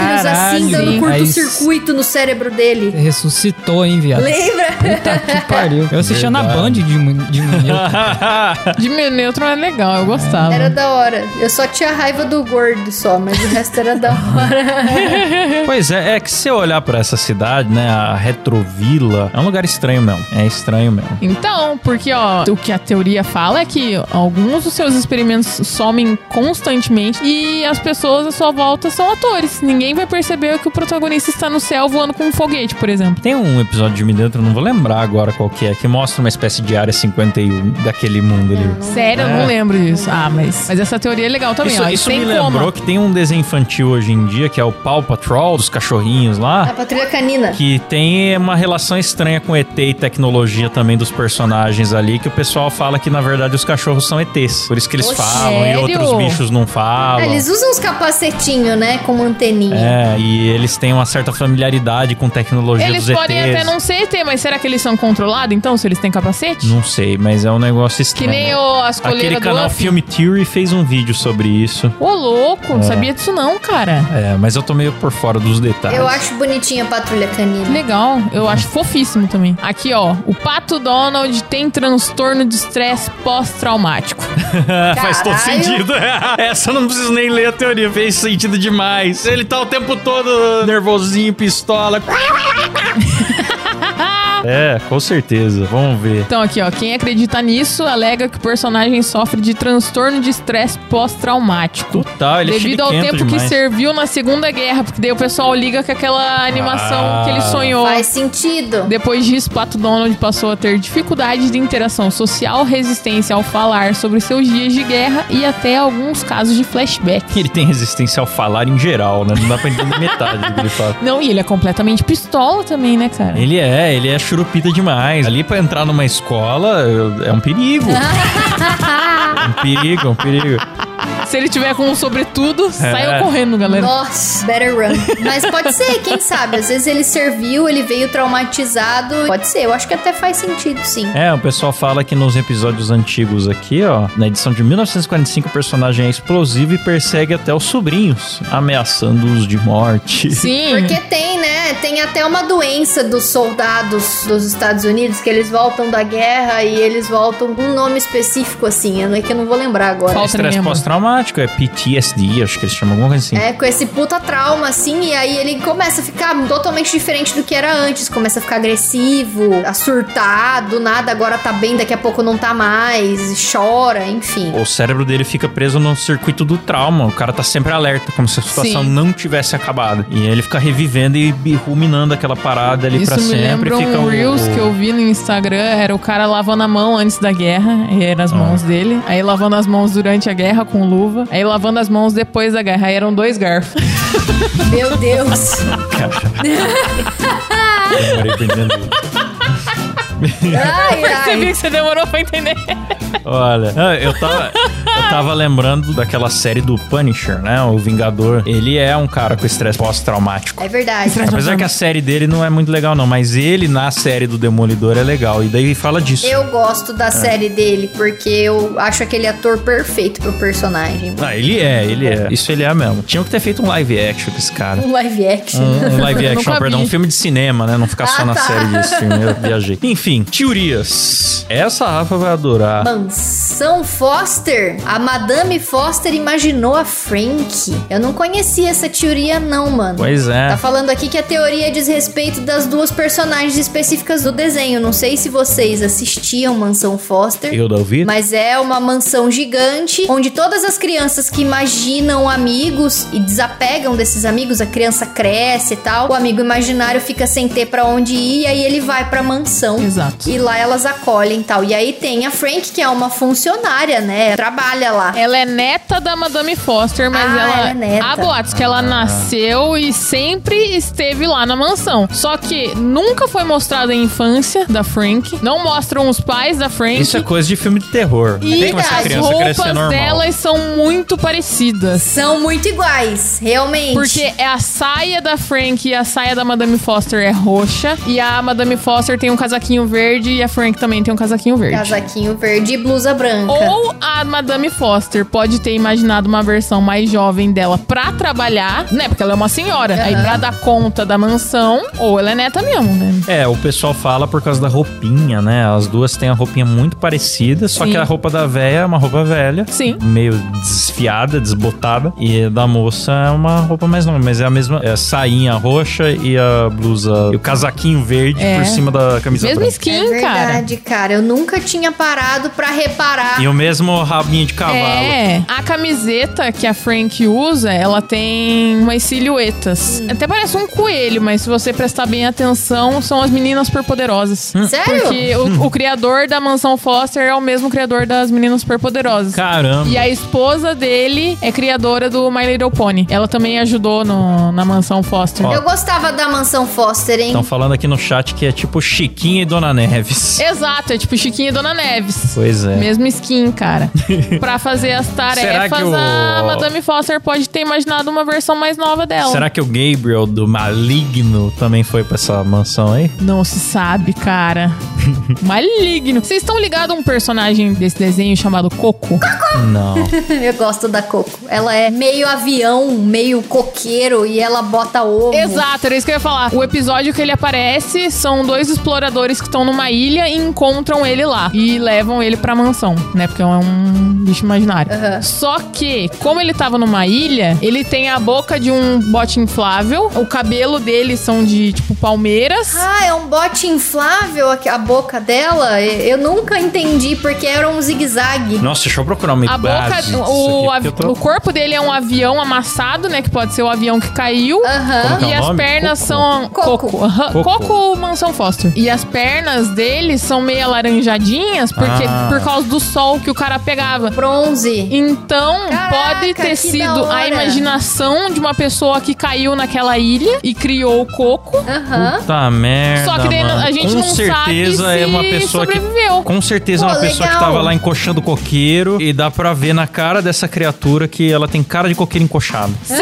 S4: Caralho,
S3: assim, dando
S4: hein?
S3: curto-circuito no cérebro dele.
S4: Ressuscitou, hein, viado.
S3: Lembra?
S4: Puta que pariu. Eu assistia na Band
S1: Verdade.
S4: de, mu- de manhã.
S2: Jimmy Neutron é legal, eu gostava.
S3: Era da hora. Eu só tinha raiva do gordo só, mas o resto era da hora.
S1: pois é, é que se eu olhar pra essa cidade, né, a Retrovila, é um lugar estranho mesmo. É estranho mesmo.
S2: Então, porque ó, o que a teoria fala é que alguns dos seus experimentos somem constantemente e as pessoas à sua volta são atores. Ninguém vai perceber que o protagonista está no céu voando com um foguete, por exemplo.
S1: Tem um episódio de Me Dentro, não vou lembrar agora qual que é, que mostra uma espécie de área 51 daquele mundo ali.
S2: Sério, eu não lembro disso. Ah, mas. Mas essa teoria é legal também,
S1: Isso,
S2: ó.
S1: isso
S2: Sem
S1: me
S2: coma.
S1: lembrou que tem um desenho infantil hoje em dia, que é o Paw Patrol, dos cachorrinhos lá.
S3: A patrulha canina.
S1: que tem uma relação estranha com ET e tecnologia também dos personagens ali, que o pessoal fala que na verdade os cachorros são ETs. Por isso que eles
S3: Ô,
S1: falam e
S2: sério?
S1: outros bichos não
S3: Ah,
S1: falam.
S3: eles usam uns capacetinhos, né? Com anteninha.
S1: É, e eles têm uma certa familiaridade com tecnologia
S2: Eles
S1: dos
S2: podem
S1: ETs.
S2: até não ser ET, mas será que eles são controlados então, se eles têm capacete?
S1: Não sei, mas é um negócio
S2: Que
S1: estranho.
S2: nem o, as
S1: Aquele
S2: coleiras do
S1: canal
S2: Up.
S1: Film Theory fez um vídeo sobre isso.
S2: Ô, louco, não sabia disso não, cara.
S1: É, mas eu tô meio por fora dos detalhes.
S3: Eu acho bonitinha a patrulha
S2: Que
S3: canina.
S2: Legal, eu acho fofíssimo também. Aqui, ó, o Pato Donald tem transtorno de estresse pós-traumático.
S1: Faz todo
S3: Caralho.
S1: sentido. Essa eu não preciso nem ler a teoria. Fez sentido demais. Ele tá o tempo todo nervosinho, pistola. é, com certeza. Vamos ver.
S2: Então, aqui, ó, quem acredita nisso alega que o personagem sofre de transtorno de estresse pós-traumático.
S1: Total, ele é
S2: Devido ao
S1: chiliquento
S2: tempo
S1: demais.
S2: que serviu na Segunda Guerra, porque daí o pessoal liga com aquela animação
S1: Ah.
S2: que ele sonhou.
S3: Faz sentido.
S2: Depois disso, Pato Donald passou a ter dificuldades de interação social, resistência ao falar sobre seus dias de guerra e até alguns casos de flashback.
S1: Ele tem resistência ao falar em geral, né? Não dá pra entender metade do que ele fala.
S2: Não, e ele é completamente pistola também, né, cara?
S1: Ele é, ele é churupita demais. Ali pra entrar numa escola eu- é um perigo. um perigo, um perigo.
S2: Se ele tiver com um sobretudo, saiam
S1: É.
S2: correndo, galera.
S3: Nossa, better run. Mas pode ser, quem sabe? Às vezes ele serviu, ele veio traumatizado. Pode ser, eu acho que até faz sentido, sim.
S1: É, o pessoal fala que nos episódios antigos aqui, ó, na edição de 1945, o personagem é explosivo e persegue até os sobrinhos, ameaçando-os de morte.
S2: Sim.
S3: Porque tem, né? Tem até uma doença dos soldados dos Estados Unidos que eles voltam da guerra e eles voltam com um nome específico assim, é que eu não vou lembrar agora.
S2: Falta
S1: Estresse
S2: mesmo.
S1: pós-traumático, é PTSD, acho que eles chamam alguma coisa assim.
S3: É, com esse puta trauma, assim, e aí ele começa a ficar totalmente diferente do que era antes. Começa a ficar agressivo, a surtar, do nada agora tá bem, daqui a pouco não tá mais, e chora, enfim.
S1: O cérebro dele fica preso no circuito do trauma. O cara tá sempre alerta, como se a situação
S2: Sim.
S1: não tivesse acabado. E ele fica revivendo e e ruminando aquela parada ali
S2: Isso
S1: pra
S2: me
S1: sempre.
S2: lembra
S1: fica
S2: um
S1: o-
S2: Reels que eu vi no Instagram. Era o cara lavando a mão antes da guerra. E eram
S1: Ah.
S2: as mãos dele. Aí lavando as mãos durante a guerra com luva. Aí lavando as mãos depois da guerra. Aí eram dois garfos.
S3: Meu Deus.
S1: Demorei pra entender.
S3: Ai,
S2: Você viu
S3: ai.
S2: que você demorou pra entender.
S1: Olha, ah, eu tava, eu tava lembrando daquela série do Punisher, né? O Vingador. Ele é um cara com estresse pós-traumático.
S3: É verdade.
S1: Apesar que a série dele não é muito legal, não. Mas ele na série do Demolidor é legal. E daí fala disso.
S3: Eu gosto da série dele, porque eu acho aquele ator perfeito pro personagem.
S1: Ah, ele é, ele é. Isso ele é mesmo. Tinha que ter feito um live action com esse cara.
S3: Um live action.
S1: Um, um live action,
S2: Nunca
S1: perdão,
S2: vi.
S1: um filme de cinema, né? Não ficar só
S3: Ah,
S1: na
S3: tá.
S1: série desse filme. Eu viajei. Enfim, teorias. Essa a Rafa vai adorar.
S3: mansão Foster, a Madame Foster imaginou a Frank. Eu não conhecia essa teoria, não, mano.
S1: Pois
S3: Tá
S1: é.
S3: falando aqui que a teoria diz respeito das duas personagens específicas do desenho. Não sei se vocês assistiam Mansão Foster.
S1: Eu não vi.
S3: Mas é uma mansão gigante onde todas as crianças que imaginam amigos e desapegam desses amigos, a criança cresce e tal, o amigo imaginário fica sem ter pra onde ir e aí ele vai pra mansão.
S2: Exato.
S3: E lá elas acolhem e tal. E aí tem a Frank, que é uma funcionária, né? Trabalha lá.
S2: Ela é neta da Madame Foster, mas
S3: Ah,
S2: ela.
S3: ela é neta.
S2: Há boatos que ela
S1: Ah.
S2: nasceu e sempre esteve lá na mansão. Só que nunca foi mostrada a infância da Frank. Não mostram os pais da Frank.
S1: Isso é coisa de filme de terror. Não
S2: e
S1: tem como essa
S3: das
S2: as
S1: criança crescer
S2: roupas
S1: normal.
S2: delas são muito parecidas.
S3: São muito iguais, realmente.
S2: Porque é a saia da Frank e a saia da Madame Foster é roxa. E a Madame Foster tem um casaquinho verde e a Frank também tem um casaquinho verde.
S3: Casaquinho verde e blusa branca.
S2: Ou a Madame Foster pode ter imaginado uma versão mais jovem dela pra trabalhar, né? Porque ela é uma senhora. Aí
S3: Aham.
S2: pra dar conta da mansão, ou ela é neta mesmo, né?
S1: É, o pessoal fala por causa da roupinha, né? As duas têm a roupinha muito parecida, só
S2: Sim.
S1: que a roupa da véia é uma roupa velha.
S2: Sim.
S1: Meio desfiada, desbotada. E a da moça é uma roupa mais nova, mas é a mesma. É a sainha roxa e a blusa. E o casaquinho verde
S2: É.
S1: por cima da camisa
S2: Mesma
S1: branca.
S2: skin,
S3: é
S2: cara.
S3: verdade, cara. Eu nunca tinha parado pra reparar.
S1: E o mesmo rabinho de cavalo.
S2: É, a camiseta que a Frank usa, ela tem umas silhuetas. Até parece um coelho, mas se você prestar bem atenção, são as meninas superpoderosas.
S3: Sério?
S2: Porque o, o criador da mansão Foster é o mesmo criador das meninas superpoderosas.
S1: Caramba.
S2: E a esposa dele é criadora do My Little Pony. Ela também ajudou no- na mansão Foster.
S1: Ó. Então
S3: Eu gostava da mansão Foster, hein?
S1: Estão falando aqui no chat que é tipo Chiquinha e Dona Neves.
S2: Exato, é tipo Chiquinha e Dona Neves.
S1: Pois é.
S2: Mesmo skin, cara. pra fazer as
S1: Será
S2: tarefas,
S1: que o-
S2: a Madame Foster pode ter imaginado uma versão mais nova dela.
S1: Será que o Gabriel do Maligno também foi pra essa mansão aí?
S2: Não se sabe, cara. Maligno. Vocês estão ligados a um personagem desse desenho chamado Coco?
S1: Não.
S3: Eu gosto da Coco. Ela é meio avião, meio coqueiro e ela bota ovo.
S2: Exato, era isso que eu ia falar. O episódio que ele aparece são dois exploradores que estão numa ilha e encontram ele lá. E levam ele pra mansão, né? Porque é um bicho imaginário.
S3: Aham.
S2: Só que, como ele tava numa ilha, ele tem a boca de um bote inflável, o cabelo dele são de, tipo, palmeiras.
S3: Ah, é um bote inflável aqui, a boca dela? E- Eu nunca entendi porque era um zigue-zague.
S1: Nossa, deixa eu procurar uma
S2: A boca,
S1: base disso
S2: o,
S1: aqui,
S2: avi-
S1: porque eu tô-
S2: o corpo dele é um avião amassado, né? Que pode ser o avião que caiu.
S3: Aham.
S1: Como que é
S2: E
S1: o
S2: as
S1: nome?
S2: pernas
S1: Coco?
S2: são.
S3: Coco.
S2: Coco. aham.
S1: Coco.
S2: Coco Mansão Foster. E as pernas dele são meio alaranjadinhas porque,
S1: Ah.
S2: por causa do sol que o cara pegava.
S3: Bronze.
S2: Então,
S3: Caraca,
S2: pode ter
S3: que da
S2: sido
S3: hora.
S2: a imaginação de uma pessoa que caiu naquela ilha e criou o coco.
S3: Aham.
S1: Tá merda.
S2: Só que daí
S1: mano.
S2: a gente
S1: com
S2: não
S1: certeza
S2: sabe se
S1: é uma pessoa que
S2: sobreviveu.
S1: com certeza é uma
S3: Pô,
S1: pessoa que
S3: legal.
S1: tava lá encoxando o coqueiro e dá pra ver na cara dessa criatura que ela tem cara de coqueiro encoxado.
S2: Sim,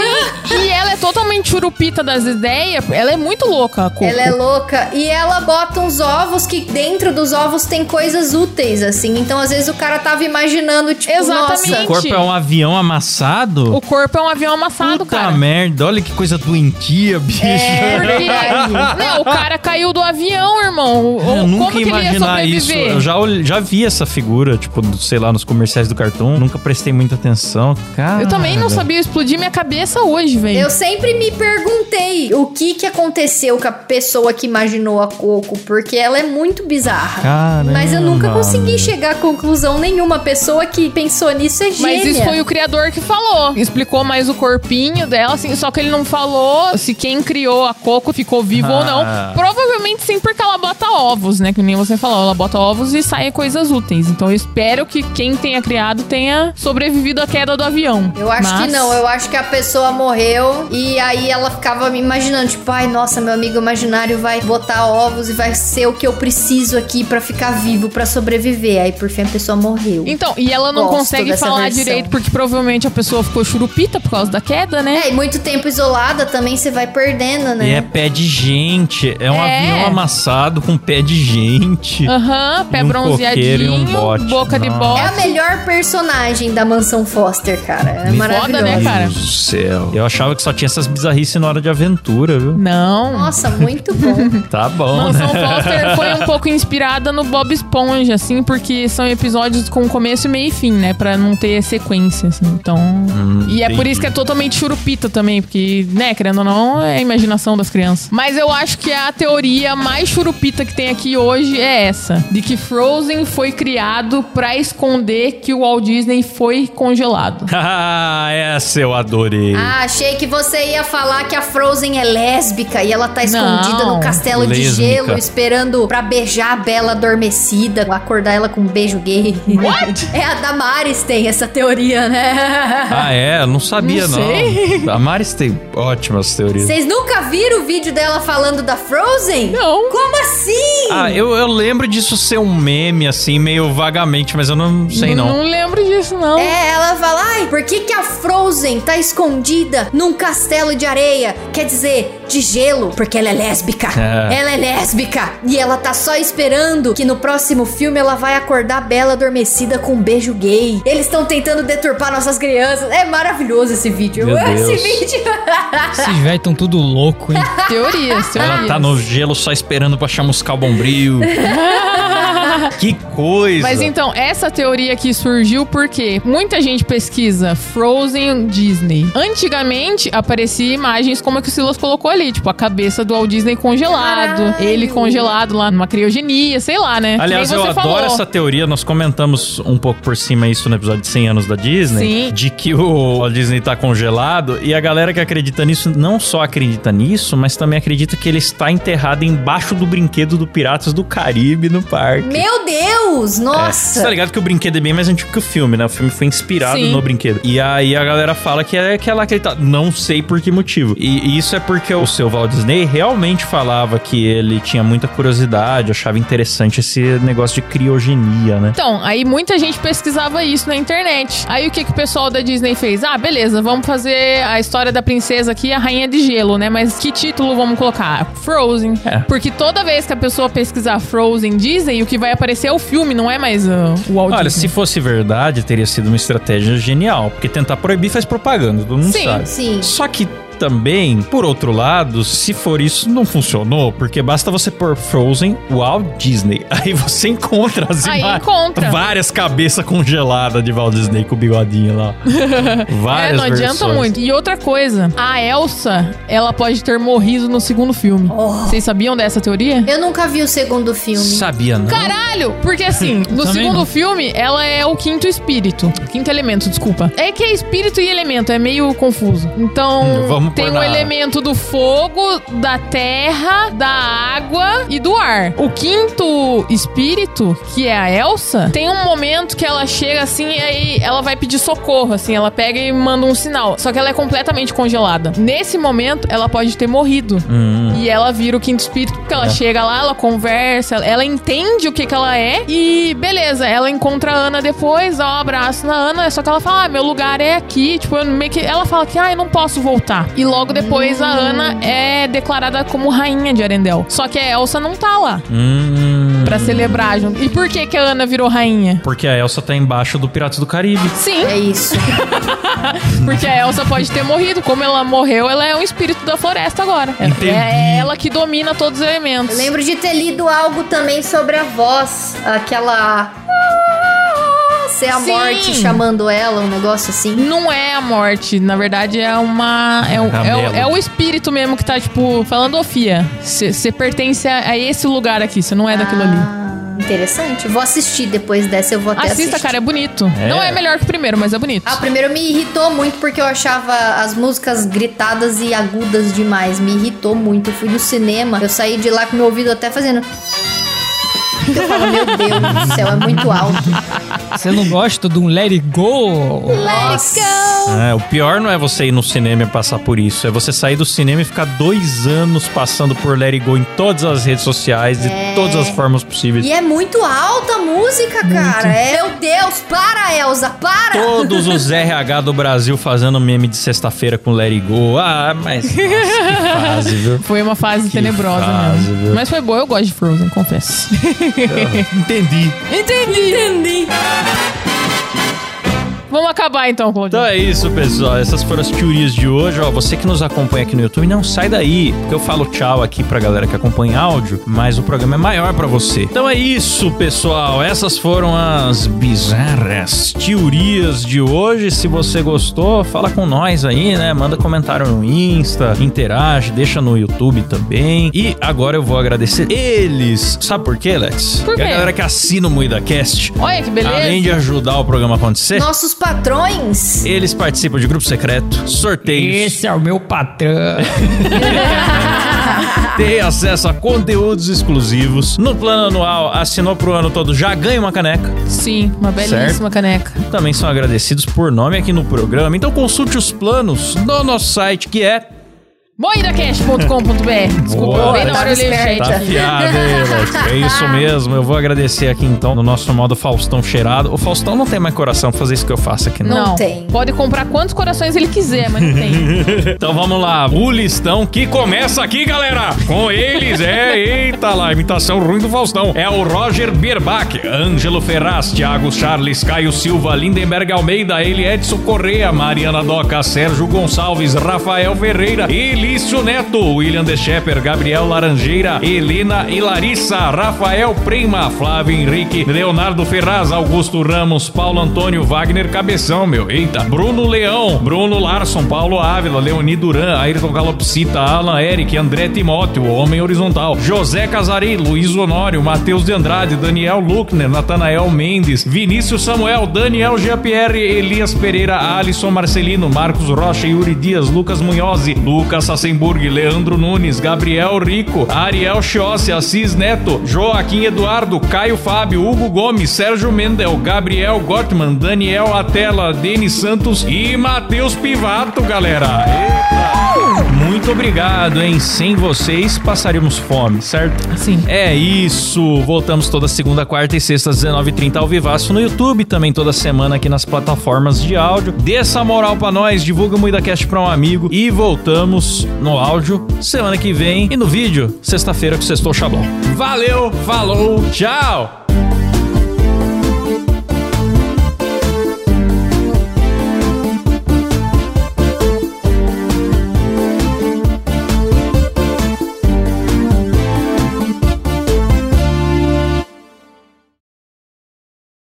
S2: e ela é totalmente churupita das ideias. Ela é muito louca, a Coco.
S3: Ela é louca e ela bota uns ovos que dentro dos ovos tem coisas úteis, assim. Então, às vezes, o cara tava imaginando, tipo,
S2: Exatamente.
S1: O
S3: nossa,
S1: corpo é um avião amassado?
S2: O corpo é um avião amassado,
S1: Puta
S2: cara. É.
S1: merda, olha que coisa doentia, bicho.
S2: Porque, né, o cara caiu do avião, irmão. O-
S1: Eu nunca
S2: Como
S1: ia
S2: que ele ia
S1: imaginar
S2: sobreviver?
S1: isso. Eu já, ol- já vi essa figura, tipo, do- sei lá, nos comerciais do cartão. Nunca prestei muita atenção. Cara.
S2: Eu também
S1: Ah,
S2: não sabia explodir minha cabeça hoje, velho.
S3: Eu sempre me perguntei o que que aconteceu com a pessoa que imaginou a Coco, porque ela é muito bizarra.
S1: Caramba,
S3: Mas eu nunca consegui
S1: meu.
S3: chegar a conclusão nenhuma. A pessoa que pensou nisso é gênia.
S2: Mas isso foi o criador que falou. Explicou mais o corpinho dela, assim. Só que ele não falou se quem criou a Coco ficou vivo ou
S1: Ah.
S2: não. Provavelmente sim, porque ela bota ovos, né? Que nem você falou. Ela bota ovos e sai coisas úteis. Então eu espero que quem tenha criado tenha sobrevivido à queda do avião.
S3: Eu acho que
S2: Mas-
S3: não, eu acho que a pessoa morreu e aí ela ficava me imaginando, tipo, ai, nossa, meu amigo imaginário vai botar ovos e vai ser o que eu preciso aqui pra ficar vivo, pra sobreviver. Aí por fim a pessoa morreu.
S2: Então, e ela não
S3: Gosto
S2: consegue
S3: dessa
S2: falar
S3: versão.
S2: direito porque provavelmente a pessoa ficou churupita por causa da queda, né?
S3: É, e muito tempo isolada também você vai perdendo,
S1: E é
S3: né?
S1: pé de gente. É um
S2: É. Ah,
S1: avião amassado com pé de gente.
S2: Aham, pé
S1: E um coqueiro e
S2: bronzeadinho,
S1: um bote.
S2: boca de
S1: Nossa.
S2: bote.
S3: a melhor personagem da mansão Foster, cara. É
S1: Me
S3: maravilhosa.
S2: né, cara?
S1: Meu Deus do céu. Eu achava que só tinha essas bizarrice na hora de aventura, viu?
S2: Não.
S3: Nossa, muito bom.
S1: Tá bom,
S2: Mansão
S1: né?
S2: Foster foi um pouco inspirada no Bob Esponja, assim, porque são episódios com começo, meio e fim, né? Pra não ter sequência, assim. Então. e é por
S1: Hum, entendi.
S2: isso que é totalmente churupita também, porque, né, querendo ou não, é a imaginação das crianças. Mas eu acho que a teoria mais churupita que tem aqui hoje é essa: de que Frozen foi criado pra esconder que o Walt Disney foi congelado.
S1: Ah, essa eu adorei.
S3: ah, achei que você ia falar que a Frozen é lésbica e ela tá escondida
S2: Não.
S3: num castelo de
S1: Lésbica.
S3: gelo esperando pra beijar a Bela adormecida, acordar ela com um beijo gay.
S2: What?
S3: É, a Damares tem essa teoria, né?
S1: Ah, é? Eu Não sabia,
S2: Não
S1: não.
S2: sei.
S1: A Maris tem ótimas teorias.
S3: Vocês nunca viram o vídeo dela falando da Frozen?
S2: Não.
S3: Como assim?
S1: Ah, eu, eu lembro disso ser um meme, assim, meio vagamente, mas eu não sei, não.
S2: Não lembro disso, não.
S3: É, ela fala, ai, por que, que a Frozen tá escondida num castelo de areia? Quer dizer, de gelo, porque ela é lésbica.
S1: É.
S3: Ela é lésbica. E ela tá só esperando que no próximo filme ela vai acordar a Bela adormecida com um beijo gay. Eles estão tentando deturpar nossas crianças. É maravilhoso esse vídeo.
S1: Meu
S3: Eu amo
S1: Deus.
S3: Esse vídeo. é
S4: Esses velhos estão tudo louco, hein?
S2: Teorias, teorias.
S1: Ela tá no gelo só esperando pra chamuscar o bombril. que coisa!
S2: Mas então, essa teoria aqui surgiu porque muita gente pesquisa Frozen Disney. Antigamente, aparecia imagens como a que o Silas colocou ali, tipo a cabeça do Walt Disney congelado,
S3: Caralho.
S2: ele congelado lá numa criogenia, sei lá, né?
S1: Aliás,
S2: Que
S1: eu
S2: nem você
S1: adoro
S2: falou.
S1: essa teoria. Nós comentamos um pouco por cima isso no episódio de 100 anos da Disney.
S2: Sim.
S1: De que o a Disney tá congelado. E a galera que acredita nisso, não só acredita nisso, mas também acredita que ele está enterrado embaixo do brinquedo do Piratas do Caribe no parque.
S3: Meu Deus,
S1: É, você
S3: nossa.
S1: tá ligado que o brinquedo é bem mais antigo que o filme, né? O filme foi inspirado
S2: Sim.
S1: no brinquedo. E aí a galera fala que é aquela que ele tá. Não sei por que motivo. E, e isso é porque o seu Walt Disney realmente falava que ele tinha muita curiosidade, achava interessante esse negócio de criogenia, né?
S2: Então, aí muita gente pesquisava isso na internet. Aí o que, que o pessoal da Disney fez? Ah, beleza, vamos fazer a história da princesa aqui, a rainha de gelo, né? Mas que título vamos colocar? Frozen.
S1: É.
S2: Porque toda vez que a pessoa pesquisar Frozen Disney, o que vai aparecer é o filme, não é mais uh, o Walt
S1: Olha, se
S2: Disney.
S1: fosse verdade, teria sido uma estratégia genial. Porque tentar proibir faz propaganda, todo mundo
S2: Sim.
S1: sabe.
S3: Sim.
S1: Só que também, por outro lado, se for isso, não funcionou, porque basta você pôr Frozen Walt Disney. Aí você encontra as
S2: Aí
S1: imagens.
S2: encontra.
S1: Várias cabeças congeladas de Walt Disney com o bigodinho lá. Várias
S2: é, não adianta
S1: versões.
S2: muito. E outra coisa, a Elsa, ela pode ter morrido no segundo filme. Vocês sabiam dessa teoria?
S3: Eu nunca vi o segundo filme.
S1: Sabia, não?
S2: Caralho! Porque assim, no
S4: Também
S2: segundo
S4: não.
S2: filme, ela é o quinto espírito. Quinto elemento, desculpa. É que é espírito e elemento, é meio confuso. Então,
S1: Hum, vamos
S2: tem
S1: pôr
S2: o
S1: na-
S2: elemento do fogo, da terra, da água e do ar. O quinto espírito, que é a Elsa, tem um momento que ela chega assim e aí ela vai pedir socorro, assim, ela pega e manda um sinal. Só que ela é completamente congelada. Nesse momento, ela pode ter morrido.
S1: Hum.
S2: E ela vira o quinto espírito, porque ela chega lá, ela conversa, ela entende o que que ela é. E beleza, ela encontra a Ana depois, dá um abraço na Ana, só que ela fala, ah, meu lugar é aqui. Tipo, eu meio que... Ela fala que, ah, eu não posso voltar. E logo depois a Ana é declarada como rainha de Arendelle. Só que a Elsa não tá lá
S1: Hum.
S2: pra celebrar junto. E por que que a Ana virou rainha?
S1: Porque a Elsa tá embaixo do Piratas do Caribe.
S2: Sim,
S3: É isso.
S2: porque a Elsa pode ter morrido. Como ela morreu, ela é um espírito da floresta agora. É-
S1: Entendi.
S2: É ela que domina todos os elementos.
S3: Eu lembro de ter lido algo também sobre a voz, aquela. Ser a
S2: Sim.
S3: morte chamando ela, um negócio assim.
S2: Não é a morte, na verdade é uma. É, o- é o- é o espírito mesmo que tá, tipo, falando, ô Fia, você pertence a, a esse lugar aqui, você não é daquilo ali.
S3: Ah, interessante. Vou assistir depois dessa, eu vou até
S2: Assista,
S3: assistir.
S2: cara, é bonito.
S1: É.
S2: Não é melhor que o primeiro, mas é bonito.
S3: Ah, o primeiro me irritou muito porque eu achava as músicas gritadas e agudas demais. Me irritou muito. Eu fui no cinema, eu saí de lá com meu ouvido até fazendo. Eu falo, meu Deus do céu, é muito alto.
S4: Você não gosta de um Let It Go?
S3: Nossa.
S1: É, o pior não é você ir no cinema e passar por isso. É você sair do cinema e ficar dois anos passando por Let It Go em todas as redes sociais, de
S2: É.
S1: todas as formas possíveis.
S3: E é muito alta a música, cara. É, meu Deus, para, Elsa, para!
S1: Todos os RH do Brasil fazendo meme de sexta-feira com Let It Go. Ah, mas nossa, que fase, viu?
S2: Foi uma fase
S1: Que
S2: tenebrosa
S1: fase,
S2: mesmo.
S1: viu?
S2: Mas foi boa, eu gosto de Frozen, confesso.
S1: Entendi.
S2: Entendi. Entendi. Vamos acabar então, Claudinho.
S1: Então é isso, pessoal. Essas foram as teorias de hoje. Ó, você que nos acompanha aqui no YouTube, não sai daí. Porque eu falo tchau aqui pra galera que acompanha em áudio, mas o programa é maior pra você. Então é isso, pessoal. Essas foram as bizarras teorias de hoje. Se você gostou, fala com nós aí, né? Manda comentário no Insta, interage, deixa no YouTube também. E agora eu vou agradecer eles. Sabe por quê, Lex?
S2: Por
S1: Porque a
S2: quê?
S1: galera que assina o MuidaCast,
S2: Olha que beleza.
S1: além de ajudar o programa a acontecer,
S3: Nossos patrões.
S1: eles participam de grupo secreto, sorteios,
S4: Esse é o meu patrão.
S1: né? têm acesso a conteúdos exclusivos. No plano anual, assinou pro ano todo, já ganha uma caneca.
S2: Sim, uma belíssima
S1: Certo.
S2: caneca.
S1: Também são agradecidos por nome aqui no programa. Então consulte os planos no nosso site, que é...
S2: Moidacast.com.br. Desculpa,
S1: Boa,
S2: bem na hora eu li,
S3: tá
S2: gente.
S1: Tá afiado, hein, Alex? É isso mesmo. Eu vou agradecer aqui, então, no nosso modo Faustão cheirado. O Faustão não tem mais coração pra fazer isso que eu faço aqui, não.
S3: Não tem.
S2: Pode comprar quantos corações ele quiser, mas não tem.
S1: Então vamos lá, o listão que começa aqui, galera! Com eles é, eita lá, imitação ruim do Faustão. É o Roger Bierbach, Ângelo Ferraz, Thiago Charles, Caio Silva, Lindenberg Almeida, ele Edson Correa, Mariana Doca, Sérgio Gonçalves, Rafael Ferreira, Elício Neto, William De Shepper, Gabriel Laranjeira, Helena e Larissa, Rafael Prima, Flávio Henrique, Leonardo Ferraz, Augusto Ramos, Paulo Antônio, Wagner Cabeção, meu, eita, Bruno Leão, Bruno Larson, Paulo Ávila, Leoni Duran, Ayrton Galopsita, Alan Eric, André Timóteo, Homem Horizontal, José Casarei, Luiz Honório, Matheus de Andrade, Daniel Luckner, Natanael Mendes, Vinícius Samuel, Daniel Jean-Pierre, Elias Pereira, Alisson Marcelino, Marcos Rocha, Yuri Dias, Lucas Munhozzi, Lucas Sassenburg, Leandro Nunes, Gabriel Rico, Ariel Chiossi, Assis Neto, Joaquim Eduardo, Caio Fábio, Hugo Gomes, Sérgio Mendel, Gabriel Gottman, Daniel Atela, Denis Santos e Matheus Pivato, galera. Eita! Muito obrigado, hein? Sem vocês passaríamos fome, certo?
S2: Sim.
S1: É isso! Voltamos toda segunda, quarta e sexta, às 19h30 ao Vivaço no YouTube, também toda semana aqui nas plataformas de áudio. Dê essa moral pra nós, divulga o MuidaCast pra um amigo e voltamos no áudio semana que vem e no vídeo, sexta-feira com o Sextou Xablon. Valeu, falou, tchau!